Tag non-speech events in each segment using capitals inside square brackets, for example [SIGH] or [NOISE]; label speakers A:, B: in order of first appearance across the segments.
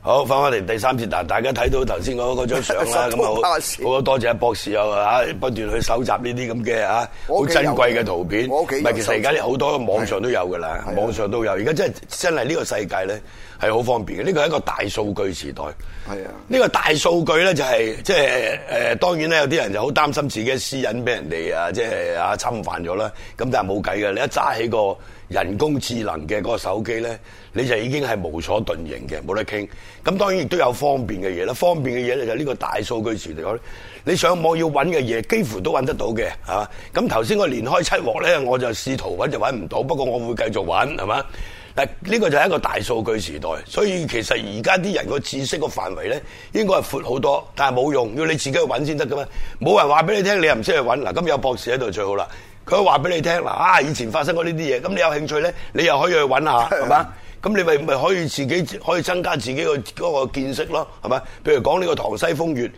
A: 好，翻返嚟第三節嗱，大家睇到頭先嗰嗰張相啦，
B: 實
A: 咁
B: 都 [LAUGHS]
A: 好
B: 巴士
A: 好多多謝阿博士又啊不斷去搜集呢啲咁嘅啊
B: 我
A: 好
B: 屋企有
A: 珍貴嘅圖片。
B: 我屋企有
A: 唔係，其實而家啲好多網上都有㗎啦
B: 係啊，
A: 網上都有。而家真係真係呢個世界咧係好方便嘅，呢個係一個大數據時代。
B: 係啊
A: 呢個大數據咧就係即係誒，當然咧有啲人就好擔心自己嘅私隱俾人哋啊，即係啊侵犯咗啦。咁但係冇計嘅，你一揸起個人工智能嘅嗰個手機咧，你就已經係無所遁形嘅，冇得傾。咁當然亦都有方便嘅嘢啦，方便嘅嘢咧就係呢個大數據時代咧，你上網要揾嘅嘢幾乎都揾得到嘅，係嘛？咁頭先我連開七鑊咧，我就試圖揾就揾唔到，不過我會繼續揾，係嘛？嗱，呢個就係一個大數據時代，所以其實而家啲人個知識個範圍咧，應該係闊好多，但係冇用，要你自己去揾先得噶嘛。冇人話俾你聽，你又唔識去揾。嗱，咁有博士喺度最好啦，佢話俾你聽嗱，啊以前發生過呢啲嘢，咁你有興趣咧，你又可以去揾下，
B: [LAUGHS]
A: 係嘛？咁你咪咪可以自己可以增加自己個嗰個見識咯，係咪？譬如講呢個塘西風月，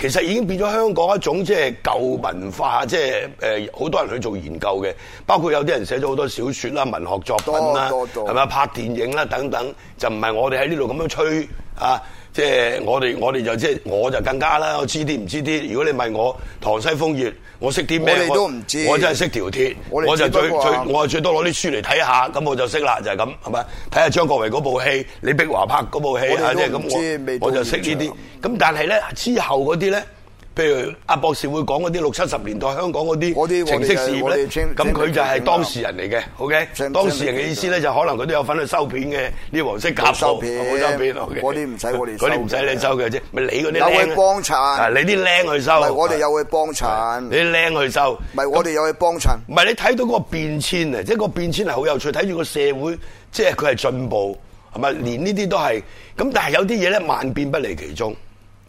A: 其實已經變咗香港一種即係舊文化，即係誒好多人去做研究嘅，包括有啲人寫咗好多小説啦、文學作品啦，
B: 多多多
A: 係咪拍電影啦等等，就唔係我哋喺呢度咁樣吹啊！即係我哋我哋就即係我就更加啦，我知啲唔知啲。如果你問我塘西風月，我識啲咩？
B: 我哋都唔知
A: 我真係識條鐵，
B: 我哋
A: 我就
B: 只不
A: 最最
B: 過話
A: 我係最多攞啲書嚟睇下，咁我就識啦，就係咁係咪？睇下張國榮嗰部戲，李碧華拍嗰部戲
B: 我哋都
A: 啊，即係
B: 唔知
A: 咁
B: 未
A: 我
B: 到
A: 我就識呢
B: 現
A: 啲
B: 場。
A: 咁但係咧之後嗰啲咧。譬如阿博士會講嗰啲六七十年代香港嗰
B: 嗰啲
A: 啲
B: 我哋
A: 程式
B: 就
A: 事業
B: 我
A: 咧，
B: 哋清
A: 咁佢就係當事人嚟嘅
B: 清
A: ，OK？當事人
B: 清
A: 嘅意思咧就可能佢都有份去收片嘅，呢黃色
B: 冇
A: 夾
B: 收
A: 布
B: 片
A: 冇收片，OK
B: 嗰啲唔使我哋收
A: [LAUGHS] 嗰啲唔使你收嘅啫，咪你嗰啲
B: 有
A: 僆
B: 去幫襯
A: 啊你啲僆去收，啊
B: 唔係我哋有去幫
A: 你
B: 襯，
A: 啲僆去收，
B: 唔係我哋有去幫襯。
A: 唔係你睇到嗰個變遷啊，即係個變遷係好有趣，睇住個社會，即係佢係進步，係咪？連呢啲都係咁，但係有啲嘢咧萬變不離其宗，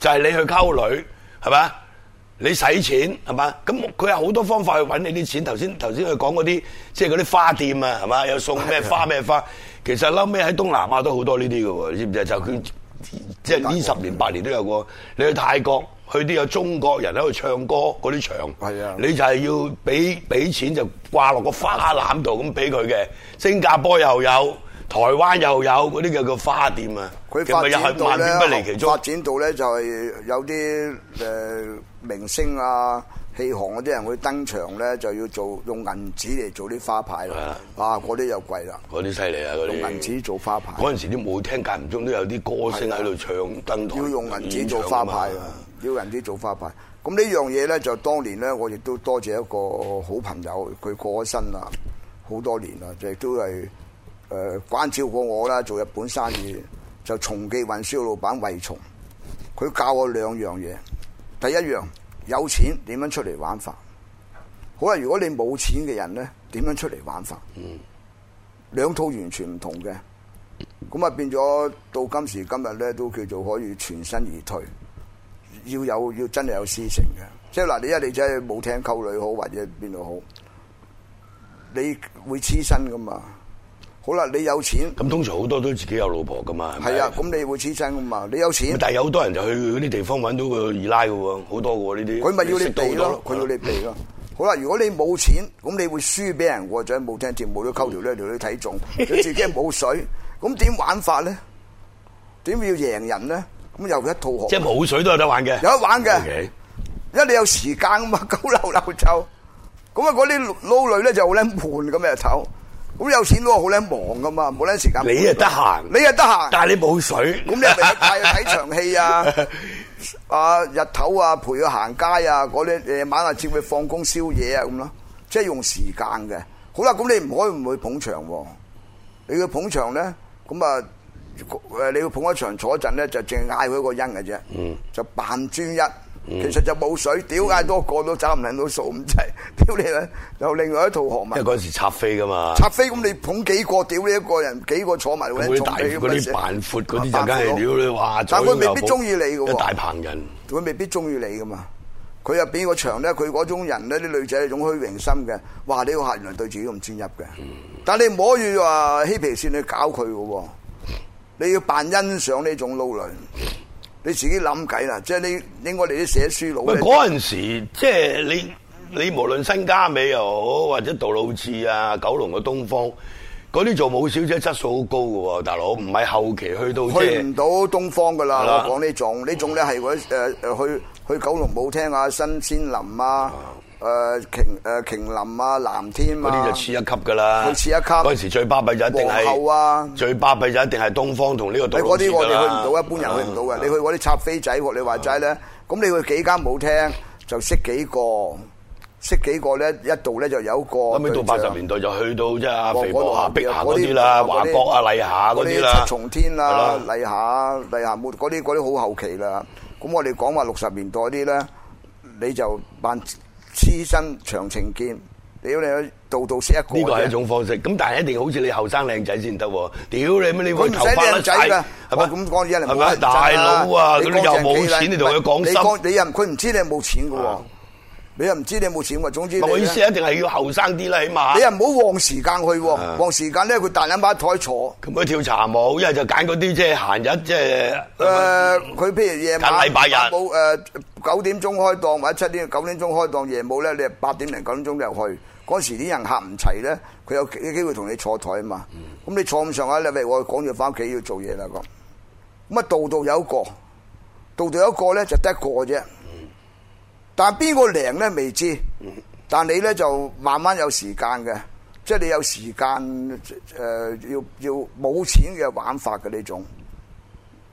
A: 就係、你去溝女，係咪？你使錢係嘛？咁佢有好多方法去揾你啲錢。頭先頭先佢講嗰啲，即係嗰啲花店啊，係嘛？有送咩花咩花。其實嬲尾喺東南亞都好多呢啲嘅喎，你知唔知啊？就佢即係呢十年八年都有過。你去泰國，去啲有中國人喺度唱歌嗰啲場，
B: 係啊
A: 你就係要俾俾錢就掛落個花籃度咁俾佢嘅。新加坡又有，台灣又有嗰啲叫做花店啊。
B: 佢
A: 咁
B: 發
A: 咪又係
B: 展到
A: 萬變不離
B: 咧
A: 其，宗
B: 發。展到咧就係有啲誒明星啊、戲行嗰啲人去登場咧，就要做用銀紙嚟做啲花牌啦。啊，嗰啲又貴啦，
A: 嗰啲犀利啊！嗰啲
B: 用銀紙做花牌，啊
A: 嗰陣時啲舞廳間唔中都有啲歌星喺度唱登台，
B: 要用銀紙做花牌啊
A: 啊！，
B: 要銀紙做花牌。咁呢樣嘢咧就當年咧，我亦都多謝一個好朋友，佢過咗身啦，好多年啦，就亦都係誒關照過我啦，做日本生意就松記運輸嘅老闆惠松。佢教我兩樣嘢。第一樣有錢點樣出嚟玩法？好啦，如果你冇錢嘅人咧，點樣出嚟玩法？嗯，兩套完全唔同嘅，咁啊變咗到今時今日咧，都叫做可以全身而退。要有要真係有私情嘅，即係嗱，你一你真係冇聽溝女好，或者邊度好，你會黐身噶嘛？好啦，你有錢
A: 咁通常好多都自己有老婆噶嘛，係咪
B: 係啊，咁你會黐身噶嘛？你有錢
A: 咁。但係有好多人就去嗰啲地方揾到個二奶嘅喎，好多嘅喎呢啲。
B: 佢咪要你
A: 識到好
B: 避
A: 多
B: 咯，佢要你避咯。好啦，如果你冇錢，咁你會輸俾人喎，就係冇聽節目都溝條女條女
A: [LAUGHS]
B: 睇中，你自己冇水，咁點玩法咧？點要贏人咧？咁又一套
A: 即
B: 學
A: 係，冇水都有得玩嘅。
B: 有得玩嘅
A: OK
B: 因為你有時間啊嘛，九流流走。咁啊，嗰啲撈女咧就好撚悶咁日啊頭，咁有錢佬好撚忙噶嘛，冇撚時間。
A: 你啊又得閒
B: 你又得閒，
A: 但係你冇水，
B: 咁你係咪帶佢睇場戲啊？啊，日頭啊，陪佢行街啊，嗰啲夜晚啊，接佢放工宵夜啊，咁咯，即係用時間嘅。好啦，咁你唔可以唔去捧場喎、你要捧場咧，咁啊誒，你要捧一場坐一陣咧，就淨係嗌佢一個音嘅啫，就扮專一。其實就冇水，屌嗌多個都找唔撚到數咁 [LAUGHS] 滯，屌你啦！又另外一套學
A: 因為
B: 問，
A: 嗰陣時插飛噶嘛。
B: 插飛咁你捧幾個，屌你一個人幾個坐埋，
A: 嗰啲大嗰啲扮闊嗰啲
B: 啊
A: 就梗係屌你哇！
B: 但佢未
A: 左
B: 必
A: 擁右抱
B: 中意你嘅喎
A: 一大棚人。
B: 佢未必中意你噶嘛。佢入邊個場咧，佢嗰種人咧，啲女仔係種虛榮心嘅，哇！呢個客原來對自己咁專一嘅，但係你唔可以話嬉皮線去搞佢嘅喎，你要扮欣賞呢種撈女，你自己諗計啦，即係你應該你啲寫書佬
A: 喂，
B: 咧，
A: 嗰陣時即係你你無論新加美又好，或者杜魯治啊、九龍嘅東方，嗰啲做舞小姐質素好高嘅喎，大佬唔係後期去到即
B: 去唔啊
A: 係
B: 到東方噶
A: 係
B: 啦
A: 啦，
B: 我講呢種呢種咧係嗰誒誒去去九龍舞廳啊、新仙林啊、誒瓊誒瓊林啊、藍天
A: 嗰啲
B: 啊
A: 就，次一級㗎啦。
B: 佢次一級
A: 嗰陣時最巴閉就一定
B: 皇后
A: 係
B: 啊
A: 最巴閉就一定係東方同呢個
B: 你
A: 杜老
B: 哎嗰
A: 師
B: 啲我
A: 㗎
B: 哋去唔
A: 啦啊
B: 到，一般人去唔到嘅。你去嗰啲插飛仔喎，你話齋咧，咁你去幾間舞廳就識幾個，識幾個咧一度咧就有一個
A: 後尾到
B: 對象。
A: 八
B: 啊
A: 十年代就去到即係啊
B: 嗰
A: 肥婆啊、
B: 嗰度
A: 碧霞
B: 嗰
A: 嗰啲啦、
B: 嗰
A: 華
B: 啲
A: 國啊、麗霞嗰啲啦
B: 七，重天
A: 係
B: 啊
A: 啦、
B: 麗霞、麗霞末嗰啲嗰啲好後期啦。咁我哋講話六十年代嗰啲咧，你就扮痴身長情劍，屌你度度識一個啫。
A: 呢個係一種方式，咁但係一定好似你後生靚仔先得喎。屌你咩？你
B: 佢
A: 個
B: 唔
A: 頭
B: 使
A: 髮
B: 靚
A: 甩
B: 仔㗎
A: 曬，，
B: 我咁講嘢
A: 係
B: 你
A: 咪
B: 冇
A: 大佬啊？嗰啲又冇錢，你同佢講
B: 你
A: 心。
B: 你又佢唔知你冇錢嘅喎
A: 啊，
B: 你又唔知你冇錢喎。總之你
A: 我意
B: 呢
A: 思一定係要後生啲啦，起
B: 啊你又
A: 碼。
B: 唔好旺時間去
A: 啊
B: 喎，旺時間咧佢彈緊把台坐。
A: 咁佢跳茶舞，一係就揀嗰啲即係閒日，即係
B: 誒，呃佢譬如夜晚
A: 揀禮拜日
B: 冇誒九點鐘開檔或者七點九點鐘開檔夜舞咧，你係八點零九點鐘入去，嗰時啲人客唔齊咧，佢有機機會同你坐台啊嘛。咁你坐咁上下咧，喂，我趕住翻屋企要做嘢啦咁。咁啊，度度有一個，度度有一個咧就得一個啫。但係邊個靈咧未知，但你咧就慢慢有時間嘅，即係你有時間誒、呃要要冇錢嘅玩法嘅呢種。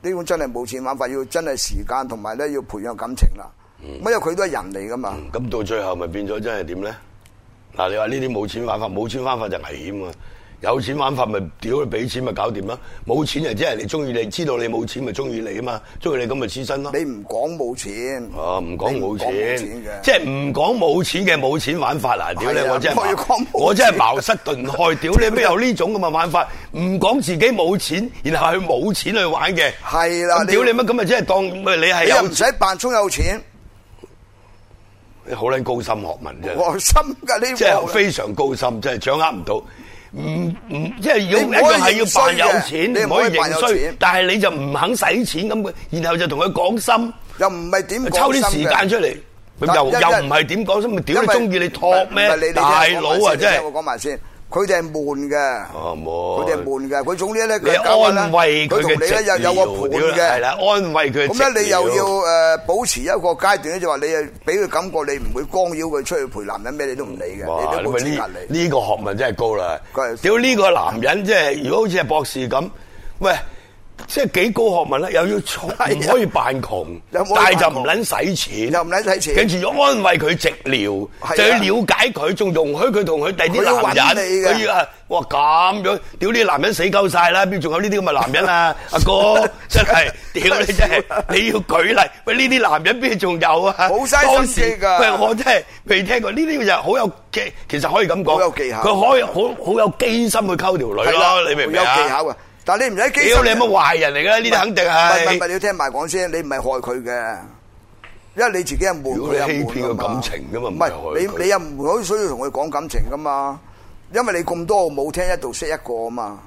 B: 呢種真係冇錢玩法，要真係時間同埋咧要培養感情啦。因為佢都係人嚟噶嘛，
A: 咁到最後咪變咗真係點咧？嗱，你話呢啲冇錢玩法，冇錢玩法就危險啊！有錢玩法咪屌你俾錢咪搞掂啦，冇錢就即係你中意你，知道你冇錢咪中意你啊嘛，中意你咁咪黐身咯。
B: 你唔講冇錢，
A: 哦，唔講冇
B: 你唔講冇
A: 錢
B: 錢嘅，
A: 即係唔講冇錢嘅冇錢玩法啊！屌你，
B: 係啊
A: 我真
B: 我要
A: 係
B: 講冇
A: 茅
B: 錢
A: 我真係茅塞頓開，屌
B: [LAUGHS]
A: 你咩有呢種咁嘅玩法？唔講自己冇錢，然後去冇錢去玩嘅，
B: 係啦，
A: 咁屌你乜咁咪即係當你係
B: 你又唔
A: 有
B: 使扮充有錢，
A: 好撚高深學問啫，
B: 我心㗎呢個
A: 即係非常高深，即係掌握唔到。唔唔，即係要
B: 你
A: 一
B: 唔
A: 個
B: 可以
A: 係要
B: 認衰
A: 扮
B: 嘅
A: 有錢，
B: 你
A: 你
B: 唔
A: 唔
B: 可
A: 可
B: 以
A: 以
B: 扮有
A: 認衰
B: 錢，
A: 但係你就唔肯使錢咁，然後就同佢講心。
B: 又唔係點
A: 抽
B: 講心
A: 啲時間
B: 嘅。
A: 出嚟，
B: 嗱
A: 又
B: 因
A: 又唔係點講先？咪屌你中意你托咩
B: 唔係你？
A: 大佬啊，真
B: 我
A: 係
B: 講埋先，佢哋係悶嘅。
A: 哦
B: 佢
A: 冇。
B: 哋係悶嘅，佢總之咧，
A: 你
B: 佢搞
A: 安慰
B: 佢
A: 佢
B: 同你
A: 嘅
B: 咧又有個盤嘅，
A: 係啦，安慰佢嘅
B: 咁咧，你
A: 寂
B: 又要
A: 寥
B: 誒、呃保持一個階段咧，就話你誒俾佢感覺你唔會干擾佢出去陪男人咩，你都唔理嘅，
A: 哇！
B: 你都冇
A: 咁
B: 資
A: 啊
B: 格
A: 呢
B: 嚟。
A: 呢個學問真係高啦
B: 佢係！
A: 屌呢個男人即係如果好似係博士咁，喂，即係幾高學問啦！又要儲唔可以扮窮，
B: 啊
A: 但
B: 又唔可以扮窮
A: 係就唔撚使錢，
B: 又唔撚使錢
A: 跟住要安慰佢寂寥
B: 係啊，
A: 就要了解佢，仲容許佢同佢第
B: 佢要
A: 啲男
B: 搵你
A: 人，
B: 嘅
A: 佢要啊！哇咁樣，屌呢啲男人死鳩晒啦！邊仲有呢啲咁嘅男人
B: [LAUGHS]
A: 啊？阿哥真係，屌你真係，你要舉例，喂呢啲男人邊仲有啊？
B: 好嘥
A: 當
B: 心
A: 時
B: 機㗎
A: 喂我真係未聽過呢啲就好有技，其實可以咁講，
B: 好有技巧
A: 佢可以好好有機心去溝條女
B: 係啦
A: 咯，你明唔明
B: 有技
A: 啊？
B: 巧嘅，但係你唔使機心。
A: 屌你有乜壞人嚟㗎？呢啲肯定
B: 唔係唔係，
A: 係
B: 你要聽埋講先，你唔係害佢嘅，因為你自己係悶，
A: 如果
B: 佢
A: 你
B: 又
A: 欺騙
B: 悶㗎啊
A: 佢感情㗎嘛
B: 唔
A: 唔係害
B: 係
A: 佢
B: 你你又唔可以需要同佢講感情噶嘛，因為你咁多舞廳一度識一個啊嘛，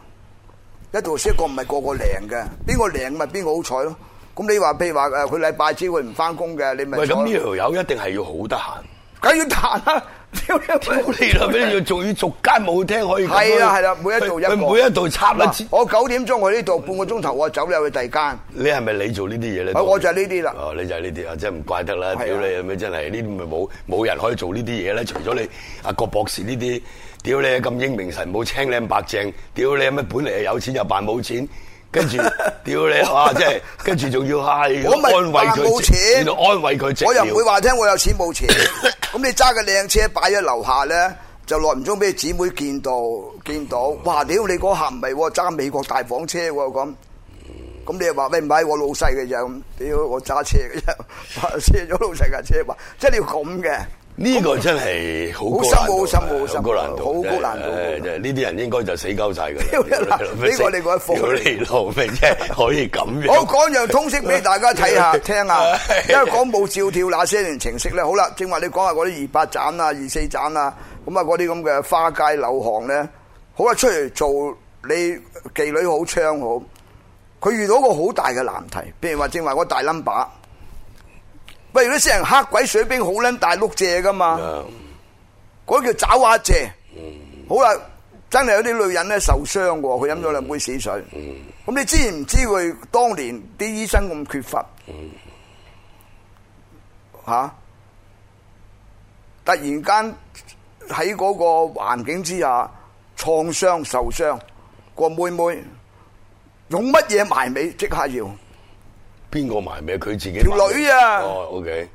B: 一度識一個唔係個個靚嘅，邊個靚咪邊個好彩咯。咁你話譬如話誒，佢禮拜知佢唔翻工嘅，你咪
A: 喂，
B: 坐
A: 咁呢條友一定係要好得閒。
B: 梗要彈啦！屌
A: 屌你啦！俾你要仲要逐間舞廳可以咁樣
B: 係啦係啦，每一度一個，
A: 佢每一度插一
B: 嗱
A: 支。
B: 我九點鐘去呢度，半個鐘頭我走你去第二間。
A: 你係咪你做呢啲嘢咧？
B: 啊我就係呢啲啦
A: 哦，你就係呢啲啊，真係唔怪得啦！
B: 係啊
A: 屌你咪真係呢啲咪冇冇人可以做呢啲嘢咧，除咗你阿郭博士呢啲，屌你咁英明神武、青靚白淨，屌你乜本嚟係有錢又扮冇錢。跟
B: [LAUGHS]
A: 住，屌你哇！真係，跟住仲要係
B: 我咪
A: 安慰
B: 扮冇
A: 佢
B: 錢
A: 寂，原來安慰佢寂
B: 我又唔會
A: 寥。
B: 話聽我有錢冇錢。咁你揸個靚車擺喺樓下咧，就耐唔中俾姊妹見到見到，哇！屌你嗰下唔係喎，揸美國大房車喎咁。咁你又話喂唔係我老細嘅啫，咁屌我揸車嘅啫， [LAUGHS] 車咗老細架車話，即係你要咁嘅。
A: 呢個真係好
B: 好深好深好深
A: 啊好高難度，
B: 好高難度啊
A: 唉真係呢啲人應該就死鳩晒㗎
B: 屌你
A: 啦
B: 啦！呢個你講得
A: 屌你老味，即係可以咁樣。
B: 好講樣通識俾大家
A: [LAUGHS]
B: 睇下聽下，
A: 係
B: 因為講冇照跳那些年程式咧，好啦，正話你講下嗰啲二八斬啊、二四斬啊，咁啊嗰啲咁嘅花街柳巷咧，好啦，出嚟做你妓女好娼好，佢遇到一個好大嘅難題，譬如話正話嗰大 number，喂，如果啲人黑鬼水兵好撚大碌借噶嘛，
A: 啊
B: 嗰啲叫爪哇借，好啦，真係有啲女人咧受傷喎，佢飲咗兩杯死水。咁、你知唔知佢當年啲醫生咁缺乏？吓、突然間喺嗰個環境之下創傷受傷，個妹妹用乜嘢埋尾即刻要？
A: 邊個埋尾？佢自己
B: 條
A: 埋尾
B: 女啊
A: 哦，OK，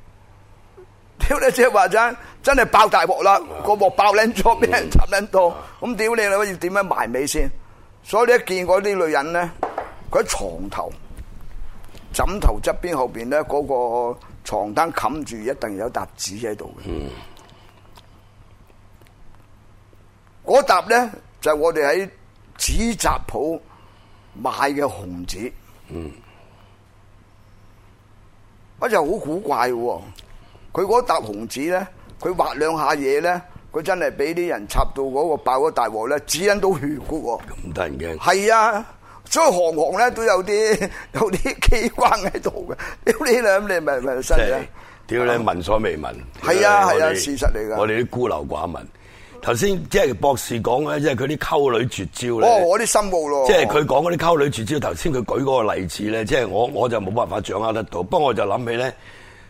B: 屌你即係話真真係爆大鑊啦！個鑊爆撚咗，俾人插撚到，咁屌你啦！要點樣埋尾先？所以你一見嗰啲女人咧，佢喺床頭、枕頭側邊後邊咧，嗰、個床單冚住一定有沓紙喺度嘅。嗰沓咧就係我哋喺紙紮鋪買嘅紅紙。我啊就好古怪喎。佢嗰沓紅紙咧，佢畫兩下嘢咧，佢真係俾啲人插到嗰個爆咗大鑊咧，指引到血嘅喎。
A: 咁得人驚。
B: 係啊，所以行行咧都有啲 [LAUGHS] 有啲機關喺度嘅。 [LAUGHS] 屌你兩，你咪咪犀
A: 即
B: 利啊
A: 係！屌你聞所未聞。
B: 係
A: 屌
B: 啊
A: 你
B: 係啊
A: 我哋
B: 事實嚟㗎
A: 我哋啲孤陋寡聞。頭先即係博士講咧，即係佢啲溝女絕招咧。
B: 哦，我啲深奧咯。
A: 即係佢講嗰啲溝女絕招，頭先佢舉嗰個例子咧，即係我我就冇辦法掌握得到。不過我就諗起咧，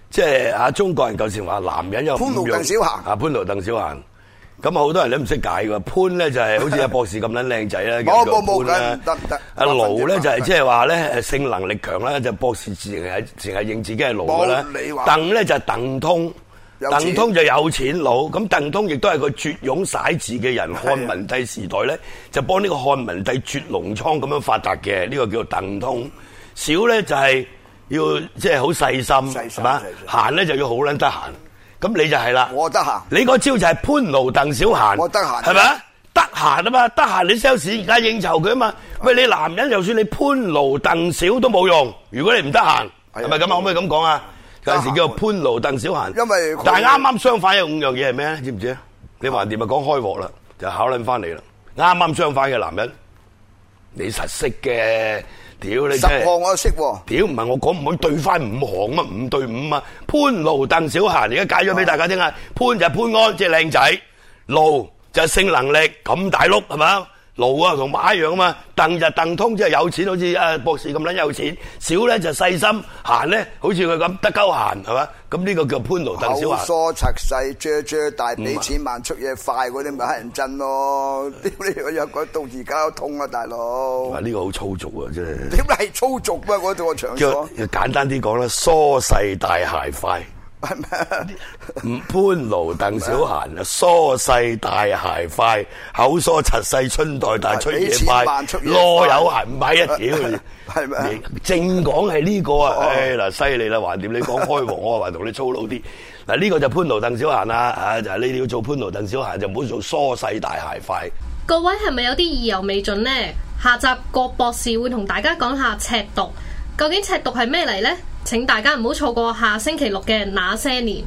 A: 即係啊中國人舊時話男人有五
B: 潘奴
A: 樣
B: 鄧小閒
A: 啊潘奴鄧小閒。咁啊好多人都唔識解㗎，潘咧就係
B: [LAUGHS]
A: 好似阿博士咁撚靚仔啦，
B: 冇
A: 叫做
B: 冇冇
A: 潘啦
B: 唔得唔得
A: 阿盧咧就係
B: 百分之百啊
A: 即係話咧誒性能力強啦，就博士自然係淨係認自己係盧㗎啦
B: 冇你話。
A: 鄧咧就係鄧通，
B: 有錢
A: 鄧通就有錢佬，咁鄧通亦都係個絕勇曬字嘅
B: 啊
A: 人，漢文帝時代咧，就幫呢個漢文帝絕農倉咁樣發達嘅，呢、個叫做鄧通。少咧就係要即係好細心，
B: 細
A: 係
B: 心
A: 嘛
B: 細？心
A: 閒咧就要好撚得閒。咁你就係啦，
B: 我得閒
A: 你嗰招就係潘奴鄧小閒，
B: 哦我得閒
A: 係咪啊？得閒啊嘛，得閒你 sales 而家應酬佢啊嘛。喂，你男人就算你潘奴鄧小都冇用，如果你唔得閒，
B: 係啊
A: 係咪咁啊？可唔可以咁講啊？有陣時叫做潘奴鄧小閒，
B: 因為佢
A: 但係啱啱相反有五樣嘢係咩咧？知唔知啊？你橫掂咪講開鑊啦，就考撚翻嚟啦。啱啱相反嘅男人，你實識嘅，屌你
B: 十
A: 真係
B: 項我都識喎。
A: 屌，唔係我講唔可以對翻五行啊，五對五啊。潘盧鄧小閒而家解咗俾大家聽啊，潘就係潘安，即係靚仔；盧就係性能力咁大碌係嘛？盧啊同馬一樣啊嘛，鄧就係鄧通即係有錢，好似啊博士咁撚有錢。少咧就細心，閒咧好似佢咁得鳩閒係嘛？咁呢個叫潘盧鄧小嗯
B: 口
A: 閒。
B: 疏拆細，啫啫大，俾錢慢出嘢快嗰啲咪乞人
A: [LAUGHS]
B: 憎咯！屌你，我有個到而家都痛啊，大佬！
A: 哇！呢個好粗俗啊，真係。
B: 點解係粗俗啊？嗰度個場
A: 叫
B: 所
A: 簡單啲講啦，梳細大鞋快。
B: 係咪？
A: 唔潘奴鄧小閒
B: [LAUGHS]
A: 啊，梳細大鞋快，口疏柒細春代大出
B: 俾
A: 嘢
B: 錢
A: 快
B: 扮出，嘢快
A: 啰柚鞋唔係
B: [LAUGHS]
A: 啊，屌
B: 係
A: 你！
B: 咪啊
A: 你正講係呢個啊，
B: 哦
A: 唉嗱，犀利啦，橫掂你講開黃，我話同你粗魯啲。嗱呢個就潘奴鄧小閒啦，啊就係你哋要做潘奴鄧小閒，就唔好做梳細大鞋快。
C: 各位係咪有啲意猶未盡呢？下集郭博士會同大家講下赤毒，究竟赤毒係咩嚟呢？請大家唔好錯過下星期六嘅那些年。